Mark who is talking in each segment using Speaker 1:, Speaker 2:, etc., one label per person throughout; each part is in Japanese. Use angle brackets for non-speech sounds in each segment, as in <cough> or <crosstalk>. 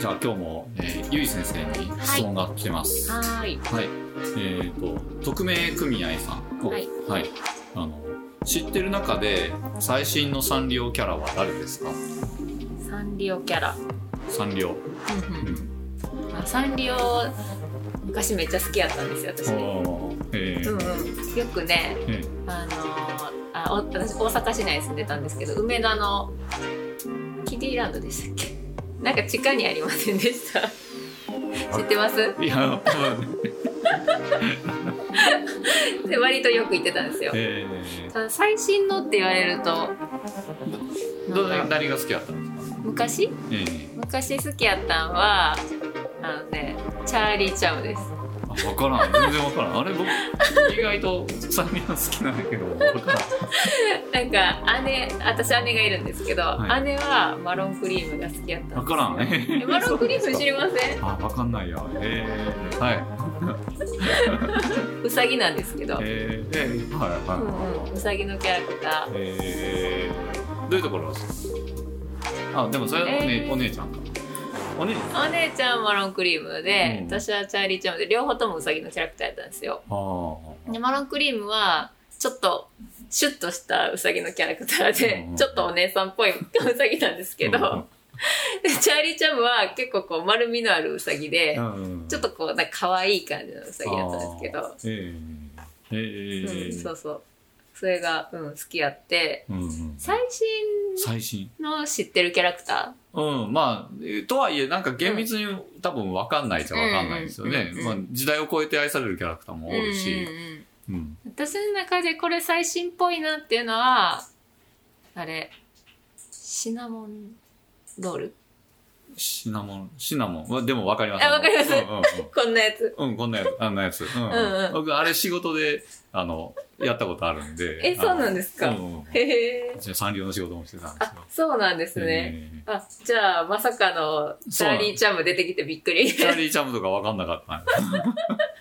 Speaker 1: じゃあ今日も、えー、ゆい先生に質問が来てます。は
Speaker 2: はーい。
Speaker 1: い。えっ、と、匿名組合さん。
Speaker 2: はい。
Speaker 1: はい。あの、知ってる中で最新のサンリオキャラは誰ですか
Speaker 2: サンリオキャラ。
Speaker 1: サンリオ。
Speaker 2: うん
Speaker 1: うん。
Speaker 2: うんあサンリオ、昔めっちゃ好きやったんですよ、私。う
Speaker 1: おーえー
Speaker 2: んうん。よくね、
Speaker 1: え
Speaker 2: あのーあお私大阪市内住んでたんですけど梅田のキディランドでしたっけなんか地下にありませんでした知ってます
Speaker 1: ーいや、
Speaker 2: で割とよく行ってたんですよ
Speaker 1: え
Speaker 2: ただ最新のって言われると
Speaker 1: ー、どう何が好きだったんですか
Speaker 2: 昔
Speaker 1: えー
Speaker 2: 昔好きやったんはあのねチャーリー・チャムです
Speaker 1: あ分からん全然分からんあれ僕意外とサンリオ好きなんだけど分からん
Speaker 2: なんか姉私姉がいるんですけど、
Speaker 1: はい
Speaker 2: 姉はマロンクリームが好きやったんですよ
Speaker 1: 分からんね
Speaker 2: えマロンクリーム知りません
Speaker 1: あ分かんないやえー、はい
Speaker 2: ウサギなんですけど、
Speaker 1: えー、えー、はいはい、
Speaker 2: うんうん、ウサギのキャラクター
Speaker 1: えー、どういうところが好きあでもそれはお,、ね
Speaker 2: えー
Speaker 1: お姉ちゃんかお姉
Speaker 2: お姉ちゃんはマロンクリームで、
Speaker 1: うん
Speaker 2: 私はチャーリーチャムで両方ともウサギのキャラクターやったんですよ
Speaker 1: あー
Speaker 2: でマロンクリームはちょっとシュッとしたウサギのキャラクターで、
Speaker 1: うん
Speaker 2: ちょっとお姉さんっぽいウサギなんですけど、でチャーリーチャムは結構こう丸みのあるウサギで、
Speaker 1: うんうん
Speaker 2: ちょっとこうなんか可愛い感じのウサギだったんですけど、
Speaker 1: えー、えー、
Speaker 2: うん、そうそうそれが、うん、好きやって
Speaker 1: うんうん
Speaker 2: 最新
Speaker 1: 最新
Speaker 2: の知ってるキャラクタ
Speaker 1: うん、まあ、えーとはいえ、なんか厳密に多分分かんないとは分かんないですよね
Speaker 2: うんうん。うん
Speaker 1: まあ、時代を超えて愛されるキャラクター
Speaker 2: ー
Speaker 1: も多い
Speaker 2: うん
Speaker 1: し
Speaker 2: う、んうん
Speaker 1: うん。
Speaker 2: 私の中でこれ最新っぽいなっていうのはあれシナモンロール
Speaker 1: シナモン、シナモンは、でも分かります。
Speaker 2: あ分かります
Speaker 1: うんうんうん
Speaker 2: こんなやつ
Speaker 1: うん、こんなやつ、あんなやつ。うん
Speaker 2: うんうん
Speaker 1: 僕、あれ仕事で、あの、やったことあるんで。
Speaker 2: えそうなん
Speaker 1: で
Speaker 2: ですか、
Speaker 1: うんうん。
Speaker 2: へえ
Speaker 1: うちのサンリオの仕事もしてたんです
Speaker 2: あそうなんです
Speaker 1: よ。
Speaker 2: ね、
Speaker 1: えー
Speaker 2: あじゃあまさかのチャーリーチャム出てきてびっくり
Speaker 1: チャーリーチャムとか分かんなかった。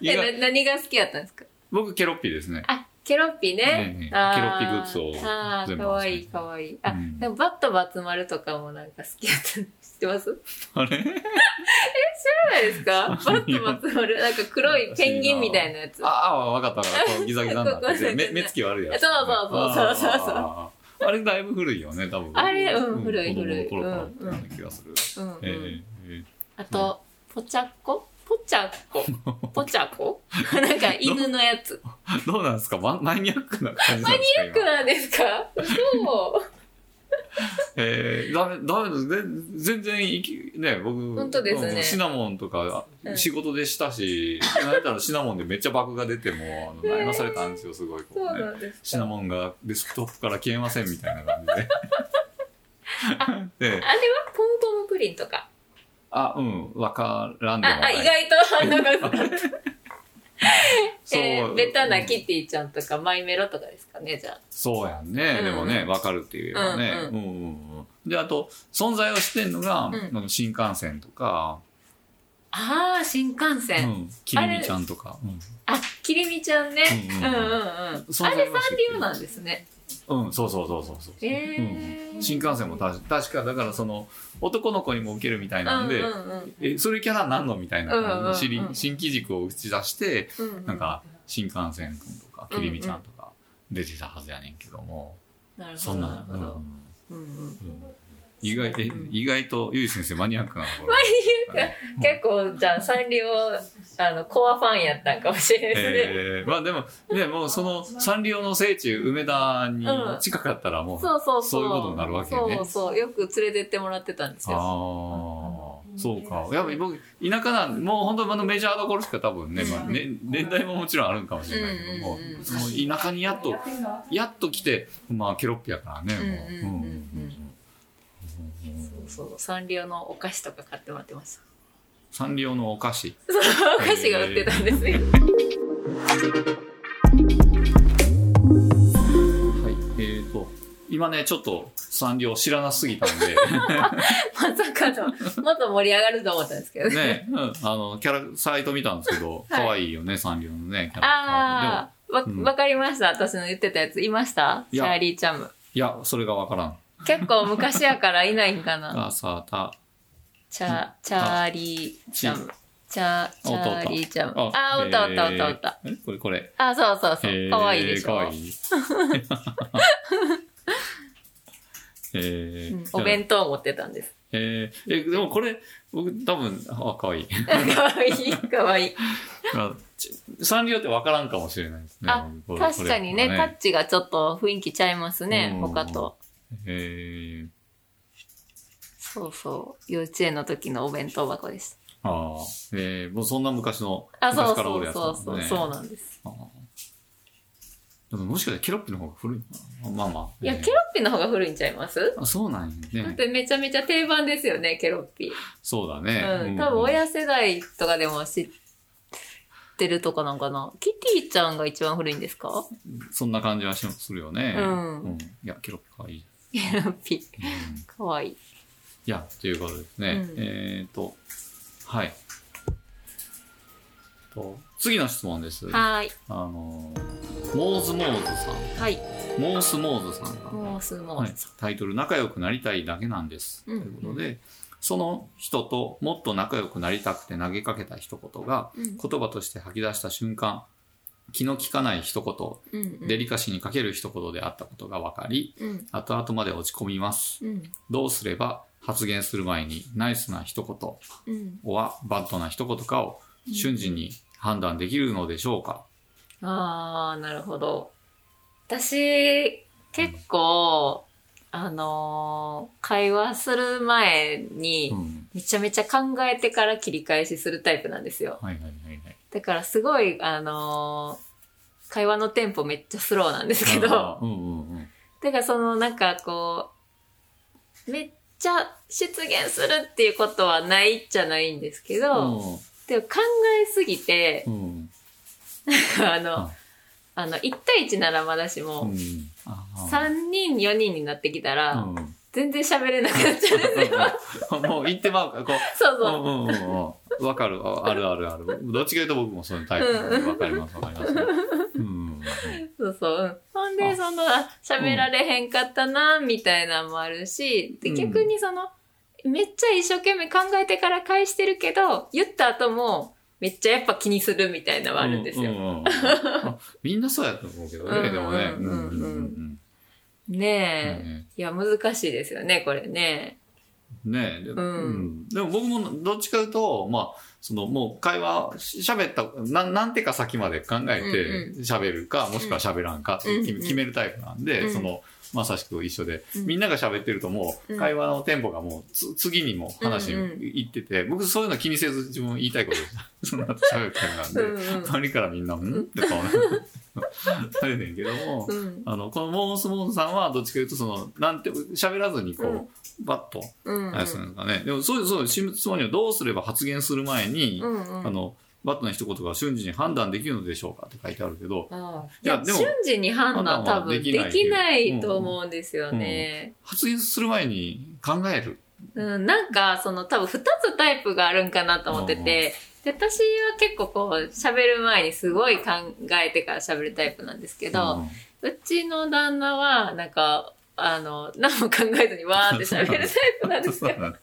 Speaker 1: 意
Speaker 2: <laughs> え
Speaker 1: 外
Speaker 2: な何が好きやったんですか
Speaker 1: 僕、ケロッピーですね。
Speaker 2: あケロッピね、
Speaker 1: ええええ
Speaker 2: あー
Speaker 1: ケロッピグッズを
Speaker 2: あー
Speaker 1: 全部
Speaker 2: かわいいかわいいあ、
Speaker 1: うん
Speaker 2: でもバットバツ丸とかもなんか好きやったの知ってます
Speaker 1: <laughs>
Speaker 2: 知
Speaker 1: あれ
Speaker 2: らないですかバットバツ丸なんか黒いペンギンみたいなやつ
Speaker 1: ああ、わかったわかった。こうギザギザにな
Speaker 2: <laughs>
Speaker 1: ってて、
Speaker 2: こ
Speaker 1: 目
Speaker 2: こ
Speaker 1: 目つき悪いやつ。
Speaker 2: そうそうそうそうそうそう
Speaker 1: あーあれだいぶ古いよね、多分。
Speaker 2: あれうん古い
Speaker 1: 子供の
Speaker 2: 古い
Speaker 1: 頃からだっ
Speaker 2: うん
Speaker 1: たような気がする。
Speaker 2: うんうん
Speaker 1: えーえ
Speaker 2: あと、ポチャッコポチャッ
Speaker 1: <laughs>
Speaker 2: コポチャコなんか犬のやつ。
Speaker 1: ーどうなんですかママニアックな感じなんですかマニ
Speaker 2: 僕なんですかそう。
Speaker 1: えー、ダメ、ダメです。全全然いき、ね、僕、
Speaker 2: 本当ですね
Speaker 1: うんシナモンとか
Speaker 2: うん
Speaker 1: 仕事でしたし、なんやったらシナモンでめっちゃ爆が出ても、あの悩まされたんですよ、すごい。こ
Speaker 2: そう
Speaker 1: うね
Speaker 2: なんですか。
Speaker 1: シナモンがデスクトップから消えませんみたいな感じで。で
Speaker 2: あれはポンポンプリンとか。
Speaker 1: あ、うん、わからんでも
Speaker 2: あ、
Speaker 1: な
Speaker 2: あ
Speaker 1: い。
Speaker 2: 意外と反応が薄かった。
Speaker 1: <laughs> そう、
Speaker 2: えーベタなキティちゃんとかマイメロとかですかね、じゃあ。
Speaker 1: そうやんね。
Speaker 2: うん
Speaker 1: でもね、わかるっていうよね。う
Speaker 2: う
Speaker 1: んうんうん。で、あと、存在を知ってんのが、
Speaker 2: ん
Speaker 1: あの新幹線とか、
Speaker 2: ああ、新幹
Speaker 1: う
Speaker 2: 線。
Speaker 1: ん、きりみちゃんとか。
Speaker 2: あ、キリミちゃんね。
Speaker 1: う
Speaker 2: うんん
Speaker 1: う
Speaker 2: うん
Speaker 1: う
Speaker 2: んうんん。あれサンリオなんですね。
Speaker 1: うん、うんそうそうそうそうそう。
Speaker 2: え
Speaker 1: う
Speaker 2: ー。
Speaker 1: ん新幹線もたし確か、だからその、男の子にも受けるみたいなんで、
Speaker 2: うんうんうん
Speaker 1: え、それキャラなんのみたいな感じ、
Speaker 2: うんうんうん
Speaker 1: 知り新機軸を打ち出して、
Speaker 2: うんうん。
Speaker 1: なんか、新幹線くんとか、きりみちゃんとか出てたはずやねんけども、
Speaker 2: なる
Speaker 1: そ
Speaker 2: ほど、
Speaker 1: ん
Speaker 2: な
Speaker 1: な、う
Speaker 2: るほど。
Speaker 1: ん。
Speaker 2: うんうん。
Speaker 1: 意外え意外とゆい先生マニアックなところ
Speaker 2: マニアッ結構じゃあサンリオあのコアファンやったんかもしれないですね、
Speaker 1: えー、まあでもねもうそのサンリオの聖地梅田に
Speaker 2: うん
Speaker 1: 近かったらもう、
Speaker 2: そうそうそ
Speaker 1: そ
Speaker 2: う
Speaker 1: ういうことになるわけね
Speaker 2: そうそうよく連れてってもらってたんです
Speaker 1: あ
Speaker 2: よ
Speaker 1: あそうかやっぱり僕田舎なんでもう本当にあのメジャーどころしか多分ね,、まあ、ね年代ももちろんあるんかもしれないけども,、
Speaker 2: うんうんうん
Speaker 1: その田舎にやっとやっと来てまあケロッピやからねもう,、
Speaker 2: うんうんうんそうそうサンリオのお菓子とか買ってもらってました
Speaker 1: サンリオのお菓子
Speaker 2: お菓子が売ってた
Speaker 1: <laughs>
Speaker 2: んですよ、
Speaker 1: はいえー、と今ねちょっとサンリオ知らなすぎたん
Speaker 2: <laughs>
Speaker 1: で
Speaker 2: まさかのもっと盛り上がると思ったんですけどね
Speaker 1: ね、うん、あのキャラサイト見たんですけど可愛、い、よねサンリオのねキャラクターでも
Speaker 2: ああわ、
Speaker 1: うん
Speaker 2: わかりました私の言ってたやついました
Speaker 1: い
Speaker 2: チ
Speaker 1: や
Speaker 2: ャーリーチャム
Speaker 1: いやそれがわからん
Speaker 2: 結構昔やからいないんかな
Speaker 1: がさた
Speaker 2: チャチャーリージャム。チャチ
Speaker 1: おっ
Speaker 2: ャ
Speaker 1: とおっと
Speaker 2: ーリージャム。あ、おったおったおったおった。。
Speaker 1: へーえこれ、これ。
Speaker 2: あ、そうそうそ
Speaker 1: へ
Speaker 2: う。
Speaker 1: ー
Speaker 2: かわいいでし
Speaker 1: かわ
Speaker 2: ょ
Speaker 1: い。い。
Speaker 2: <laughs>
Speaker 1: えー
Speaker 2: うんお弁当を持ってたんです。 <laughs>
Speaker 1: えーえ、でもこれ、僕多分、あ、かわい <laughs> い。
Speaker 2: かわいい、か
Speaker 1: <laughs>
Speaker 2: わいい。
Speaker 1: まあちサンリオって分からんかもしれないですね。
Speaker 2: あ
Speaker 1: これ
Speaker 2: 確かにね、
Speaker 1: これ
Speaker 2: タッチがちょっと雰囲気ちゃいますね、
Speaker 1: うん
Speaker 2: 他と。
Speaker 1: えー、
Speaker 2: そうそう。幼稚園の時のお弁当箱でした。
Speaker 1: ああ、えー、もうそんな昔の、
Speaker 2: あ、そ
Speaker 1: 昔
Speaker 2: う
Speaker 1: から
Speaker 2: そ
Speaker 1: おる
Speaker 2: う
Speaker 1: やつ
Speaker 2: そ
Speaker 1: な
Speaker 2: うんそ
Speaker 1: ですね
Speaker 2: う、そうなんです。
Speaker 1: あーでももしかしたらケロッピの方が古いのかなまあまあ。
Speaker 2: いや、
Speaker 1: えー
Speaker 2: ケロッピの方が古いんちゃいます
Speaker 1: あそうなんや
Speaker 2: だっ
Speaker 1: ね。
Speaker 2: てめちゃめちゃ定番ですよね、ケロッピ。
Speaker 1: そうだね。
Speaker 2: うん、多分親世代とかでも知ってるとかなんかな。キティちゃんが一番古いんですか
Speaker 1: そんな感じはしするよね。
Speaker 2: うん
Speaker 1: いや、ケロッピかわいい。
Speaker 2: ケロッピ。
Speaker 1: うんい
Speaker 2: かわいい。
Speaker 1: や、ということですね。
Speaker 2: うん
Speaker 1: えっ、ー、と、はい。と次の質問です。あ
Speaker 2: はーい。
Speaker 1: のー、モーズモーズさん。
Speaker 2: はい。
Speaker 1: モースモーズさんが、
Speaker 2: もうすぐもう。
Speaker 1: はいタイトル「仲良くなりたいだけなんです」
Speaker 2: うん
Speaker 1: ということでその人ともっと仲良くなりたくて投げかけた一言が
Speaker 2: うん
Speaker 1: 言葉として吐き出した瞬間気の利かない一
Speaker 2: うんう
Speaker 1: 言
Speaker 2: ん
Speaker 1: デリカシーに欠ける一言であったことが分かり
Speaker 2: うん
Speaker 1: 後々まで落ち込みます
Speaker 2: うん
Speaker 1: どうすれば発言する前にナイスな一言
Speaker 2: うん
Speaker 1: はバッドな一言かを瞬時に判断できるのでしょうか、
Speaker 2: ああなるほど私結構あのー会話する前
Speaker 1: う
Speaker 2: に
Speaker 1: ん、
Speaker 2: めちゃめちゃ考えてから切り返しするタイプなんですよ
Speaker 1: はいはいはいはい
Speaker 2: だからすごいあのー会話のテンポめっちゃスローなんですけどだか
Speaker 1: あーうんうんうん
Speaker 2: らそのなんかこうめっちゃ出現するっていうことはないじゃないんですけど、でも考えすぎて <laughs>
Speaker 1: う、ん
Speaker 2: あの
Speaker 1: あ、
Speaker 2: あの、1対1ならまだし
Speaker 1: う
Speaker 2: も、
Speaker 1: んあー
Speaker 2: 3人、4人になってきたら、
Speaker 1: うん
Speaker 2: 全然喋れなくなっちゃうんですよ。
Speaker 1: もう言ってまうからこ
Speaker 2: <laughs> そ
Speaker 1: う。
Speaker 2: う
Speaker 1: う
Speaker 2: そ
Speaker 1: ん
Speaker 2: う。
Speaker 1: うんうんうん。わかる。ああるあるある。どっちかというと僕もそういうタイプなんで。わかりますわかります。うんうん
Speaker 2: そうそう。うんほんで、
Speaker 1: あ
Speaker 2: その、あ喋られへんかったな、みたいなのもあるし、で
Speaker 1: うん
Speaker 2: 逆にその、めっちゃ一生懸命考えてから返してるけど、言った後も、めっちゃやっぱ気にするみたいなのはあるんです
Speaker 1: う
Speaker 2: よ。
Speaker 1: んうんうんあみんなそうやと思うけどね。でもね。
Speaker 2: うんうんうん
Speaker 1: うん
Speaker 2: うん
Speaker 1: うん
Speaker 2: ねえ。
Speaker 1: ね
Speaker 2: いや、難しいですよね、これね。
Speaker 1: ねえ、で
Speaker 2: うん
Speaker 1: うんでも僕もどっちかというと、まあ、そのもう会話し喋ったななんてか先まで考え
Speaker 2: うん
Speaker 1: て喋るか、もしくは喋らんかって
Speaker 2: うんうん
Speaker 1: 決めるタイプなんで、
Speaker 2: うん
Speaker 1: そのまさしく一緒で、
Speaker 2: うん
Speaker 1: みんなが喋ってるとも
Speaker 2: う
Speaker 1: うん会話のテンポがもうつ次にも話
Speaker 2: うんうん
Speaker 1: に行ってて、僕そういうの気にせず自分言いたいこと <laughs> その後喋るタイプなんで、
Speaker 2: うんうん
Speaker 1: 周りからみんな「ん?」って顔になれねんけども。
Speaker 2: うん。
Speaker 1: あのこのモースモーンさんはどっちかというとそのなんて喋らずにこう、バッと
Speaker 2: うん。うん
Speaker 1: あれするんですかね。でも、そうそう、質問にはどうすれば発言する前に、
Speaker 2: うん。
Speaker 1: あの、バットの一言が瞬時に判断できるのでしょうかって書いてあるけど、
Speaker 2: ああ
Speaker 1: いや
Speaker 2: いや
Speaker 1: でも
Speaker 2: 瞬時に判断
Speaker 1: 判断
Speaker 2: 多
Speaker 1: は
Speaker 2: 分
Speaker 1: で
Speaker 2: で
Speaker 1: きない
Speaker 2: きないと思うんですよね。
Speaker 1: 発言する前に考える。
Speaker 2: うんなんかその多分2つタイプがあるんかなと思ってて、で私は結構こう喋る前にすごい考えてから喋るタイプなんですけど、うちの旦那はなんかあの <laughs> 何も考えずにわーって喋るタイプなん
Speaker 1: う
Speaker 2: で
Speaker 1: ん、
Speaker 2: す
Speaker 1: そう
Speaker 2: よ
Speaker 1: なんだ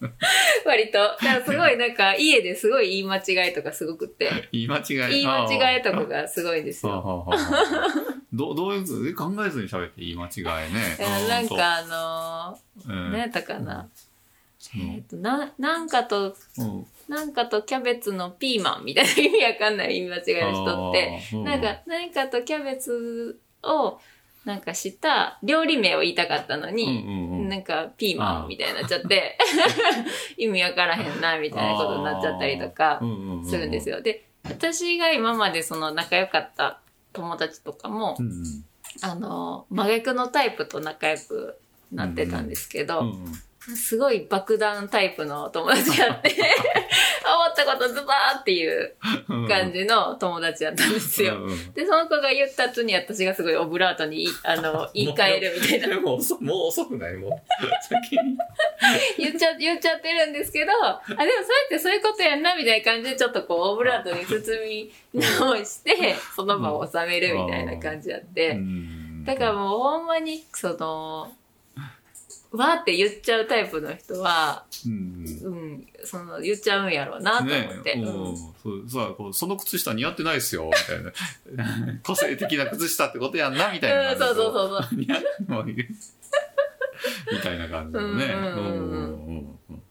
Speaker 2: 割と。だからすごいなんか家ですごい言い間違いとかすごくって
Speaker 1: <laughs> 言い間違い。
Speaker 2: 言い間違いとか
Speaker 1: あ
Speaker 2: がすごいんです
Speaker 1: あああ
Speaker 2: よ。
Speaker 1: あああどどういうことえ考えずに喋って言い間違いね。
Speaker 2: だからなんかあ
Speaker 1: う
Speaker 2: の
Speaker 1: ん、
Speaker 2: 何やったかな。
Speaker 1: うん
Speaker 2: えっと、な、なんかと、
Speaker 1: うん
Speaker 2: なんかとキャベツのピーマンみたいな意味わかんない言い間違いの人って、
Speaker 1: ああ
Speaker 2: なんか、何かとキャベツを、なんかした料理名を言いたかったの
Speaker 1: うん
Speaker 2: に、
Speaker 1: うんうん
Speaker 2: なんかピーマンみたいになっちゃって、 <laughs> 意味わからへんな、みたいなことになっちゃったりとか
Speaker 1: う、んうんうん
Speaker 2: するんですよ。で、私が今までその仲良かった友達とかも
Speaker 1: う、んうん
Speaker 2: あの、真逆のタイプと仲良くなってたんですけど、
Speaker 1: うんうん
Speaker 2: すごい爆弾タイプの友達や
Speaker 1: <laughs>
Speaker 2: って、思ったことズバーっていう
Speaker 1: うんうん
Speaker 2: 感じの友達やったんですよ。
Speaker 1: うんうん
Speaker 2: <laughs> で、その子が言った後に私がすごいオブラートにいあ
Speaker 1: <laughs>
Speaker 2: の言い換えるみたいな、
Speaker 1: でも遅もう遅くないもう先に
Speaker 2: 言っちゃ、 <laughs> 言っちゃってるんですけど、あ、でもそうやってそういうことやんなみたいな感じでちょっとこうオブラートに包み直して、その場を収めるみたいな感じやって。だからもうほんまに、その、わーって言っちゃうタイプの人は、
Speaker 1: うん
Speaker 2: うん、その言っちゃうんやろうなと思って、
Speaker 1: ね、おうそうそうその靴下似合ってないっすよ、みた
Speaker 2: <laughs>
Speaker 1: いな。個性的な靴下ってことやんな、みたいな。
Speaker 2: うんそうそうそうそ
Speaker 1: う。
Speaker 2: う
Speaker 1: 似合ってもいる。 <laughs> みたいな感じのね。
Speaker 2: うんうんうんうん
Speaker 1: うんうんうん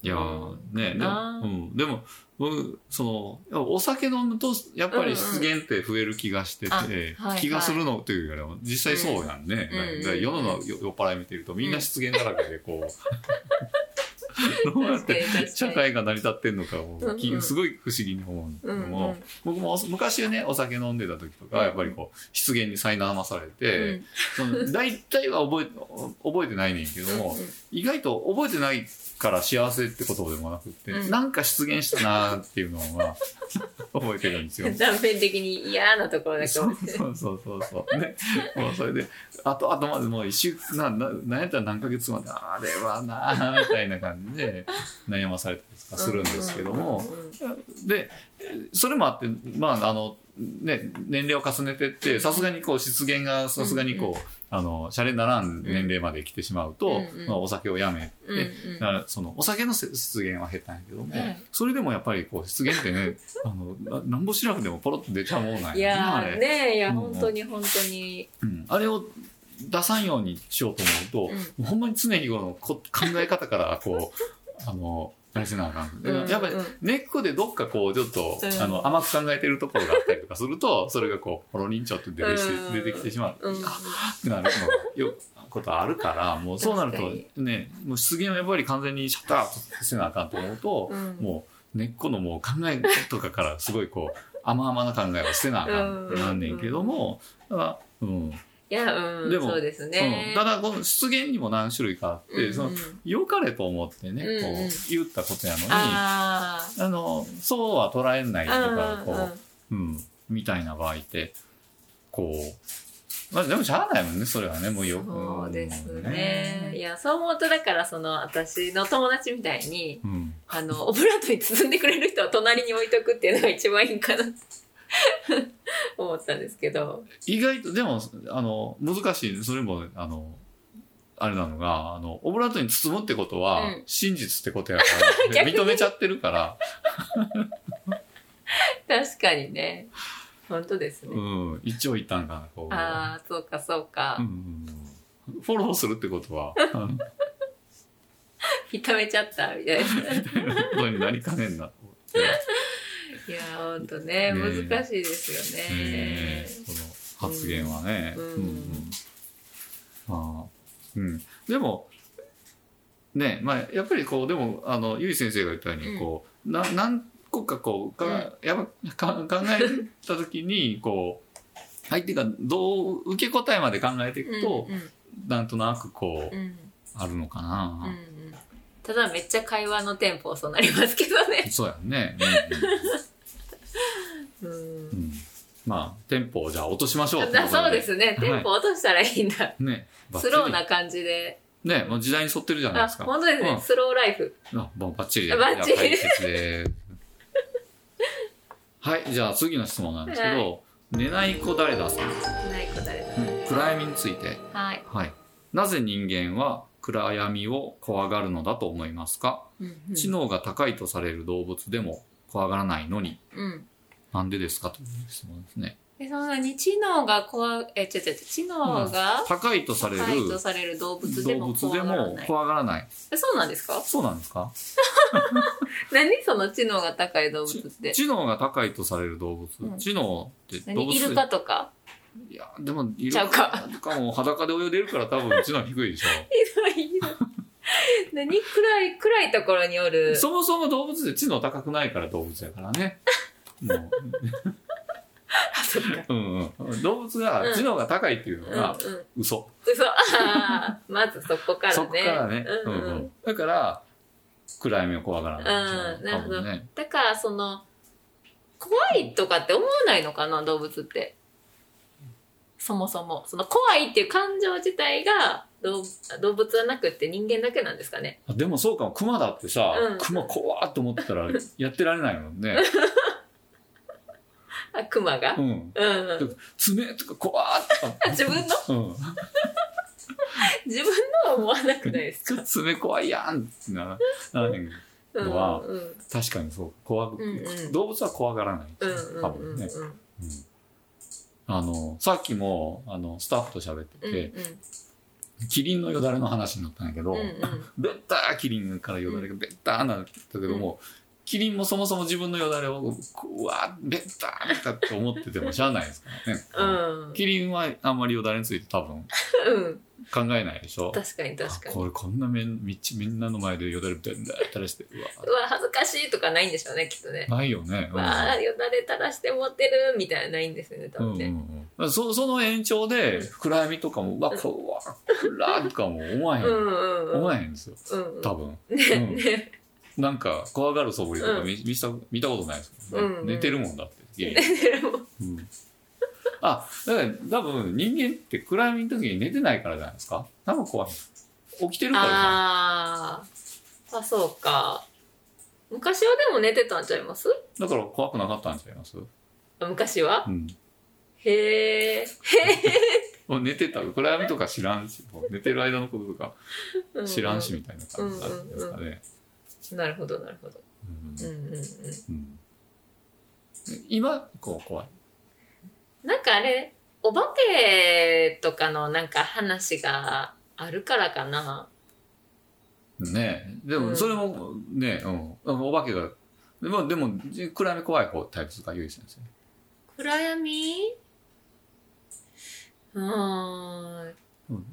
Speaker 1: いやー、ねでも
Speaker 2: な、
Speaker 1: うん、でも、僕、その、やっぱお酒飲むと、やっぱり失言って増える気がしてて、
Speaker 2: うんうんあはいはい
Speaker 1: 気がするのというよりは、実際そうやんね。
Speaker 2: うんうんうん
Speaker 1: だから世のの酔っ払い見てると、みんな失言だらけで、
Speaker 2: <laughs>
Speaker 1: こう、どうやって
Speaker 2: 確かに確かに
Speaker 1: <laughs> 社会が成り立ってんのかも
Speaker 2: うんうん
Speaker 1: きすごい不思議に思う
Speaker 2: うん
Speaker 1: のも、僕もお昔はねお酒飲んでた時とかやっぱりこう失言に苛まされ
Speaker 2: う
Speaker 1: て、
Speaker 2: ん
Speaker 1: その大体は覚え覚えてないねんけども、意外と覚えてないから幸せってことでもなくって、
Speaker 2: うん
Speaker 1: なんか失言したなーっていうのは <laughs> 覚えてるん
Speaker 2: <laughs>
Speaker 1: ですよ。
Speaker 2: <laughs> 断片的に嫌なところだけ
Speaker 1: そ
Speaker 2: 思
Speaker 1: う
Speaker 2: って
Speaker 1: そうそうそうそう。ね、もうそれで、あと、あとまずもう一週、な、な、なんやったら何ヶ月まで、あれはなあ、みたいな感じで悩まされたりとかするんですけども、
Speaker 2: うんうん
Speaker 1: で、それもあって、まあ、あの、ね、年齢を重ねてって、さすがにこう、失言がさすがにこう、あの、シャレにならん年齢まで来てしまうと、
Speaker 2: うんうん
Speaker 1: まあ、お酒をやめて、
Speaker 2: うんうん
Speaker 1: だからそのお酒のせ出現は減ったんやけども、
Speaker 2: はい
Speaker 1: それでもやっぱりこう出現って
Speaker 2: <laughs>
Speaker 1: ねあのななんぼ調べてもポロッと出ちゃうもんなん
Speaker 2: い
Speaker 1: な
Speaker 2: や
Speaker 1: あれ
Speaker 2: ーねえいや
Speaker 1: うん
Speaker 2: 本当に本当に
Speaker 1: うん、あれを出さんようにしようと思うと、もうほんまに常日頃のこ考え方からこう <laughs> あのあれせなあかんで
Speaker 2: うん
Speaker 1: やっぱり
Speaker 2: うん
Speaker 1: 根っこでどっかこうちょっと、
Speaker 2: うん
Speaker 1: あの甘く考えてるところがあったりとかするとそれがこうポロリンチョって出てきて,、
Speaker 2: うん
Speaker 1: 出てきてしまう、
Speaker 2: うん
Speaker 1: あってなるのがよことあるからもうそうなる
Speaker 2: 確か
Speaker 1: とねもう出現をやっぱり完全にシャッターとせなあかんと思うと、
Speaker 2: うん
Speaker 1: もう根っこのもう考えとかからすごいこう甘々な考えを捨てなあかんってなんねんけども、ただうん、
Speaker 2: いやうん
Speaker 1: でも
Speaker 2: そうです
Speaker 1: う
Speaker 2: ね
Speaker 1: ん、ただこの出現にも何種類かあって、
Speaker 2: うんうん
Speaker 1: その良かれと思ってね、
Speaker 2: うんうん
Speaker 1: こう言ったことやのにあ
Speaker 2: あ
Speaker 1: のそうは捉えない
Speaker 2: ー
Speaker 1: とか
Speaker 2: あ
Speaker 1: こ
Speaker 2: ー
Speaker 1: う、うん、みたいな場合ってこう、まあ、でもしゃあないもんねそれはねもうよく
Speaker 2: そうですね。いや、そう思うと、だから、その、私の友達みたいに、
Speaker 1: うん、
Speaker 2: あの、オブラートに包んでくれる人を隣に置いとくっていうのが一番いいんかなって <laughs> 思ったんですけど。
Speaker 1: 意外とでもあの難しいそれもあのあれなのがあのオブラートに包むってことは、
Speaker 2: うん
Speaker 1: 真実ってことやから
Speaker 2: <laughs> 逆に
Speaker 1: 認めちゃってるから
Speaker 2: 確かにね。本当ですね。
Speaker 1: うん、一長一短がこう。
Speaker 2: ああ、そうか、そうか。 <laughs>
Speaker 1: うんうんうんフォローするってことは、うん
Speaker 2: 認めちゃった、みたいな。
Speaker 1: ことになりかねんな。
Speaker 2: いや、本当
Speaker 1: ね
Speaker 2: ね、難しいですよ
Speaker 1: ね
Speaker 2: ね
Speaker 1: え。その発言はね。
Speaker 2: うん
Speaker 1: まあうんでも、ねまあ、やっぱりこう、でも、あの、ゆい先生が言ったよう
Speaker 2: う
Speaker 1: に、
Speaker 2: ん
Speaker 1: こう、な何個かこう、か
Speaker 2: うん
Speaker 1: やっぱか考えたときに、こう、相手がどう受け答えまで考えていくと、
Speaker 2: うんうん
Speaker 1: なんとなくこう、
Speaker 2: うん
Speaker 1: あるのかな。
Speaker 2: うんうんただ、めっちゃ会話のテンポ遅なりますけどね。
Speaker 1: そうやん
Speaker 2: <laughs>
Speaker 1: ね。う
Speaker 2: うん
Speaker 1: んうんうんまあ、テンポをじゃあ落としましょうってこと
Speaker 2: だそうですね。テンポ落としたらいいんだ。
Speaker 1: ね。バッチ
Speaker 2: ス
Speaker 1: リ
Speaker 2: ローな感じで。
Speaker 1: ね、もう時代に沿ってるじゃない
Speaker 2: あ
Speaker 1: です、か。
Speaker 2: 本当ですね。スローライフ。
Speaker 1: うん。あ、もうバッチリで。
Speaker 2: バッチ
Speaker 1: じゃ
Speaker 2: リ
Speaker 1: あ解決です。はい、じゃあ次の質問なんですけど、
Speaker 2: は
Speaker 1: 寝ない子誰ださん、
Speaker 2: ない答えだ。
Speaker 1: 暗闇について。
Speaker 2: はい。
Speaker 1: はい。なぜ人間は暗闇を怖がるのだと思いますか、
Speaker 2: うんうん
Speaker 1: 知能が高いとされる動物でも怖がらないのに、
Speaker 2: うん。
Speaker 1: なんでですかという質問ですね。
Speaker 2: え、そんなに知能が怖い、え、違う違う違う、知能が
Speaker 1: 高いとされる
Speaker 2: 高いとされる動物で
Speaker 1: 動
Speaker 2: も
Speaker 1: 物で
Speaker 2: 怖がら
Speaker 1: も
Speaker 2: ない。
Speaker 1: 怖がらない。
Speaker 2: えそうなんですか
Speaker 1: そうなんですか
Speaker 2: 何その知能が高い動物って。
Speaker 1: 知能が高いとされる動物。
Speaker 2: うん
Speaker 1: 知能って動
Speaker 2: 何
Speaker 1: 物
Speaker 2: イルカとか
Speaker 1: いや、でも、イル
Speaker 2: ちゃうか
Speaker 1: とかも裸で泳いでるから多分知能低いでし
Speaker 2: <laughs>
Speaker 1: ょ。
Speaker 2: ひどい何暗い、暗いところにおる。
Speaker 1: そもそも動物で知能高くないから動物やから
Speaker 2: <laughs>
Speaker 1: ね。もう
Speaker 2: あそっか。
Speaker 1: うんうん、動物が知能が高いっていうのが
Speaker 2: うんうん。
Speaker 1: 嘘、
Speaker 2: 嘘。あーまずそこからね。
Speaker 1: そこからね、
Speaker 2: うんうん
Speaker 1: うんうんだから暗闇を怖がらない
Speaker 2: うんなるほど
Speaker 1: 多分ね
Speaker 2: だからその怖いとかって思わないのかな動物ってそもそもその怖いっていう感情自体が動動物はなくって人間だけなんですかね
Speaker 1: あでもそうかもクマだってさ、
Speaker 2: うん
Speaker 1: クマ怖ーっと思ってたらやってられないもんね、
Speaker 2: あクマが
Speaker 1: うん、
Speaker 2: うん、うん、 <laughs>
Speaker 1: 爪とか怖ーっ
Speaker 2: 自分の
Speaker 1: とか、うん、
Speaker 2: 自分のは思わなくないです
Speaker 1: ちょっ
Speaker 2: か
Speaker 1: と爪怖いやんってなならへんけど
Speaker 2: うん
Speaker 1: は
Speaker 2: うんうん
Speaker 1: 確かにそう怖く、
Speaker 2: うんうん
Speaker 1: 動物は怖がらない、
Speaker 2: うん
Speaker 1: 多分ね、
Speaker 2: うんうん
Speaker 1: うんあのさっきもあのスタッフと喋って
Speaker 2: うん
Speaker 1: て、キリンのよだれの話になったんやけど、
Speaker 2: うんうん
Speaker 1: ベッターキリンからよだれがベッターなんだけども、キリンもそもそも自分のよだれをこううわーベッターだって思っててもしゃあないですからね、
Speaker 2: うん
Speaker 1: キリンはあんまりよだれについて多分
Speaker 2: うん
Speaker 1: 考えないでしょ
Speaker 2: 確かに確か
Speaker 1: あ
Speaker 2: に
Speaker 1: これこんなめんみっちみんなの前でよだれベッター垂らしてうわ
Speaker 2: うわ恥ずかしいとかないんでしょうねきっとね
Speaker 1: ないよね、うん
Speaker 2: わあよだれ垂らして持ってるみたいなないんですよね多
Speaker 1: うんう
Speaker 2: 分
Speaker 1: ん
Speaker 2: ね
Speaker 1: うん、そその延長で
Speaker 2: うん
Speaker 1: 暗闇とかもうわ怖暗とかも思わへん、
Speaker 2: うんうんうん
Speaker 1: 思わへんですよ
Speaker 2: うんうん
Speaker 1: 多分、
Speaker 2: ねね
Speaker 1: なんか怖がる素振りとか見,、見した見たことないですもんね、
Speaker 2: うん
Speaker 1: 寝てるもんだって家に
Speaker 2: でも
Speaker 1: うんあだから多分人間って暗闇の時に寝てないからじゃないですか多分怖い起きてるからじゃない
Speaker 2: あーあそうか昔はでも寝てたんちゃいます
Speaker 1: だから怖くなかったんちゃいます、う
Speaker 2: あ昔は
Speaker 1: ん、
Speaker 2: へえ、
Speaker 1: もう寝てた暗闇とか知らんしもう寝てる間のこととか
Speaker 2: うんうん
Speaker 1: 知らんしみたいな感じなんですかね、
Speaker 2: なるほどなるほど
Speaker 1: うん
Speaker 2: うんうんう
Speaker 1: う
Speaker 2: ん
Speaker 1: ん今こう怖い
Speaker 2: なんかあれお化けとかのなんか話があるからかな
Speaker 1: ねえで
Speaker 2: う
Speaker 1: も
Speaker 2: ん
Speaker 1: それもねえ、うん、お化けがでもでもじ暗闇怖い方タイプですかゆい先生
Speaker 2: 暗闇うーん
Speaker 1: うん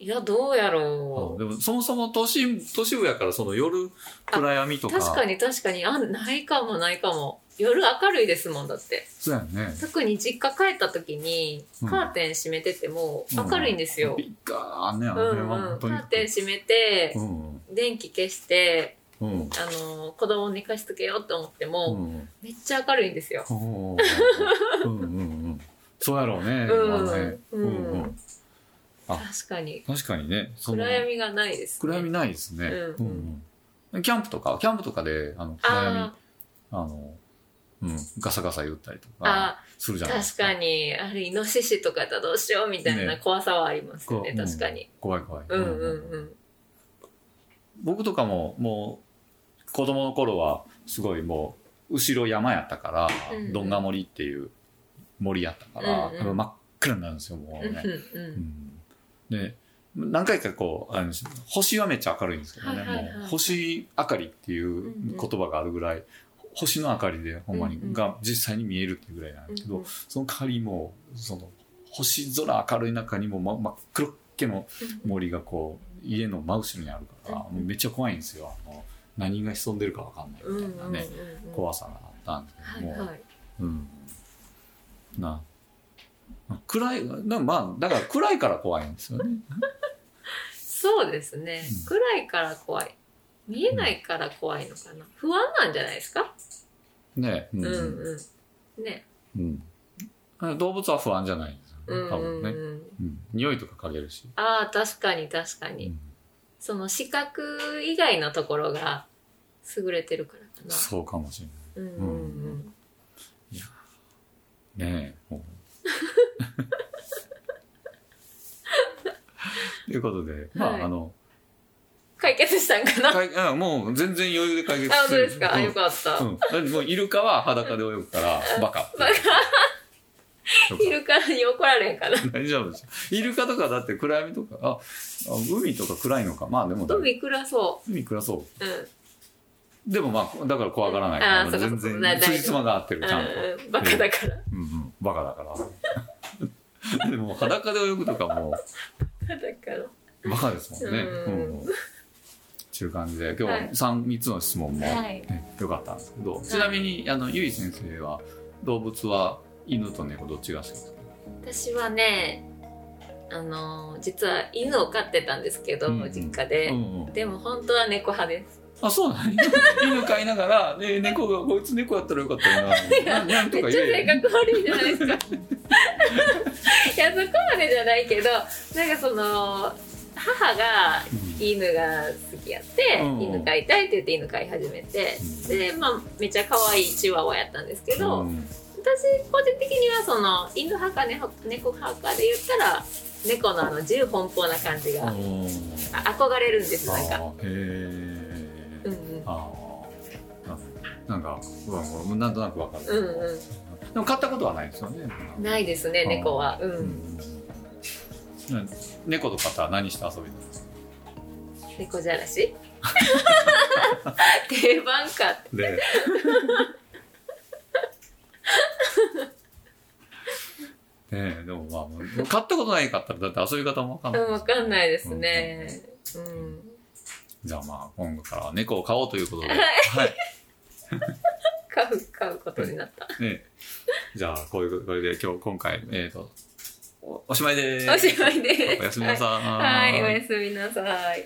Speaker 2: いやどうや
Speaker 1: うん
Speaker 2: ろ
Speaker 1: でもそもそも都心都市部やからその夜暗闇
Speaker 2: う
Speaker 1: とか
Speaker 2: 確かに確かにあないかもないかも夜明るいですもんだって
Speaker 1: そうやんね
Speaker 2: 特に実家帰った時に
Speaker 1: うん
Speaker 2: カーテン閉めてても明るいんですよ、
Speaker 1: ビッカーねあ
Speaker 2: う
Speaker 1: の
Speaker 2: ん
Speaker 1: 辺は本
Speaker 2: うん、カ
Speaker 1: 当に
Speaker 2: ーテン閉めて
Speaker 1: うん
Speaker 2: 電気消して、
Speaker 1: うん
Speaker 2: あのー子供寝かしつけようと思って
Speaker 1: う
Speaker 2: も、
Speaker 1: ん
Speaker 2: めっちゃ明るいんですよ、
Speaker 1: うんうんうんうんそうやろうね
Speaker 2: うん
Speaker 1: あの辺
Speaker 2: うん
Speaker 1: うんあ
Speaker 2: 確かに
Speaker 1: 確かにねその
Speaker 2: 暗闇がないです、ね、
Speaker 1: 暗闇ないですね
Speaker 2: うん
Speaker 1: うんうんキャンプとかキャンプとかであの暗闇
Speaker 2: あ
Speaker 1: あの、うん、ガサガサ言ったりと
Speaker 2: ーあ
Speaker 1: かするじゃないで
Speaker 2: 確
Speaker 1: すか。
Speaker 2: かにあれイノシシとかやったらどうしようみたいな
Speaker 1: ね
Speaker 2: 怖さはありますよ
Speaker 1: こう
Speaker 2: ね
Speaker 1: うん
Speaker 2: 確かに、
Speaker 1: 怖い怖い。
Speaker 2: うん、うんうん
Speaker 1: 僕とかももう子供の頃はすごいもう後ろ山やったから、
Speaker 2: うんうん
Speaker 1: どんが森っていう森やったから、
Speaker 2: うんうん
Speaker 1: 真っ暗になるんですよもう
Speaker 2: うん
Speaker 1: ね。
Speaker 2: うんう
Speaker 1: うんんで何回かこうあの星はめっちゃ明るいんですけどね、
Speaker 2: はいはいはい
Speaker 1: もう星明かりっていう言葉があるぐらい、星の明かりでほんまに、
Speaker 2: うんうん
Speaker 1: が実際に見えるっていうぐらいなんですけど、
Speaker 2: うんうん
Speaker 1: その代わりもうその星空明るい中にも、ま、真っ黒っけの森がこう家の真後ろにあるから、
Speaker 2: うんうん
Speaker 1: もうめっちゃ怖いんですよあの何が潜んでるかわかんない
Speaker 2: うんう
Speaker 1: み
Speaker 2: ん
Speaker 1: たいなね、
Speaker 2: うんうん
Speaker 1: 怖さがあったんですけ
Speaker 2: はい
Speaker 1: ども、
Speaker 2: はい
Speaker 1: うん、な暗いなまあだから暗いから怖いんですよね。
Speaker 2: そうですね
Speaker 1: うん
Speaker 2: 暗いから怖い見えないから怖いのかな不安なんじゃないですか
Speaker 1: ね、う
Speaker 2: うんんうんね
Speaker 1: うんあ動物は不安じゃないんです
Speaker 2: う
Speaker 1: よ
Speaker 2: ん
Speaker 1: ね多分
Speaker 2: うんう
Speaker 1: ね、
Speaker 2: ん
Speaker 1: うん、匂いとか嗅げるし、
Speaker 2: ああ確かに確かに、
Speaker 1: うん
Speaker 2: その視覚以外のところが優れてるからかな
Speaker 1: そうかもしれない。
Speaker 2: うんうん
Speaker 1: ね
Speaker 2: <laughs>
Speaker 1: え。もうということで、まあ、
Speaker 2: はい
Speaker 1: あの、
Speaker 2: 解決したんかなあ
Speaker 1: かいうんもう全然余裕で解決
Speaker 2: 本当ですか、
Speaker 1: う
Speaker 2: あ
Speaker 1: ん
Speaker 2: よかった、
Speaker 1: うん、だってもうイルカは裸で泳ぐから、バカ。
Speaker 2: バイルカに怒られんかな
Speaker 1: <laughs> 大丈夫ですよ。イルカとかだって暗闇とか、あ、あ海とか暗いのか。まあでも、
Speaker 2: 海暗そ、
Speaker 1: 海暗そう
Speaker 2: うん
Speaker 1: う。でもまあ、だから怖がらないか
Speaker 2: あ
Speaker 1: ら、
Speaker 2: ーそうか
Speaker 1: 全
Speaker 2: そうか大
Speaker 1: 然、
Speaker 2: 丈夫
Speaker 1: つじつまが合ってる、ちゃんと。
Speaker 2: うん、バカだから、
Speaker 1: うんうん、バカだから。 <laughs> でも裸で泳ぐとかも、
Speaker 2: バカだから
Speaker 1: バカですもんね。うん
Speaker 2: う
Speaker 1: ん、うん。っていう感じで、今
Speaker 2: はい
Speaker 1: 日三三つの質問も、
Speaker 2: はい
Speaker 1: ね、よかったんですけど、ちなみに、あの、ゆい先生は、動物は犬と猫どっちが好きですか
Speaker 2: 私はねあのー実は犬を飼ってたんですけど、
Speaker 1: うんうん
Speaker 2: 実家で、
Speaker 1: うんうん。
Speaker 2: でも本当は猫派です
Speaker 1: あ、そうなん
Speaker 2: <laughs>
Speaker 1: や犬飼いながら、ね、猫が、こいつ猫やったらよかったよな。なん
Speaker 2: め
Speaker 1: と
Speaker 2: っち
Speaker 1: か
Speaker 2: ゃ
Speaker 1: 言
Speaker 2: 性 <laughs>
Speaker 1: え。
Speaker 2: 格悪いじゃないですか
Speaker 1: <laughs>
Speaker 2: いやそこまでじゃないけどなんかその母が
Speaker 1: うん
Speaker 2: 犬が好きやって、
Speaker 1: うん
Speaker 2: 犬飼いたいって言って犬飼い始めて、でまあめっちゃ可愛いチワワやったんですけど、
Speaker 1: うん
Speaker 2: 私個人的にはその犬派か、ね、猫派かで言ったら猫のあの自由奔放な感じが、
Speaker 1: うん
Speaker 2: あ憧れるんです
Speaker 1: あ
Speaker 2: なんか、
Speaker 1: ーへ
Speaker 2: うん
Speaker 1: え
Speaker 2: うん、
Speaker 1: あーなんかうわもうなんとなくわかる、
Speaker 2: うんう
Speaker 1: でも買ったことはないですよね
Speaker 2: んないですね猫はうん、
Speaker 1: うん猫と方は何して遊びなんですか
Speaker 2: 猫じゃらし <laughs> 定番かっ
Speaker 1: <laughs>
Speaker 2: て
Speaker 1: でねえでもまあも <laughs> う買ったことないかったらだって遊び方もわかんない、
Speaker 2: うんわかんないですねうん
Speaker 1: じゃあまあ今後からは猫を飼おうということで、
Speaker 2: はい
Speaker 1: はい
Speaker 2: 買う買うことになった
Speaker 1: ね、じゃあこういうこれで今日今回えっ、とおおしまいでーす
Speaker 2: おしまいです
Speaker 1: おやすみなさーい
Speaker 2: はい、はいおやすみなさい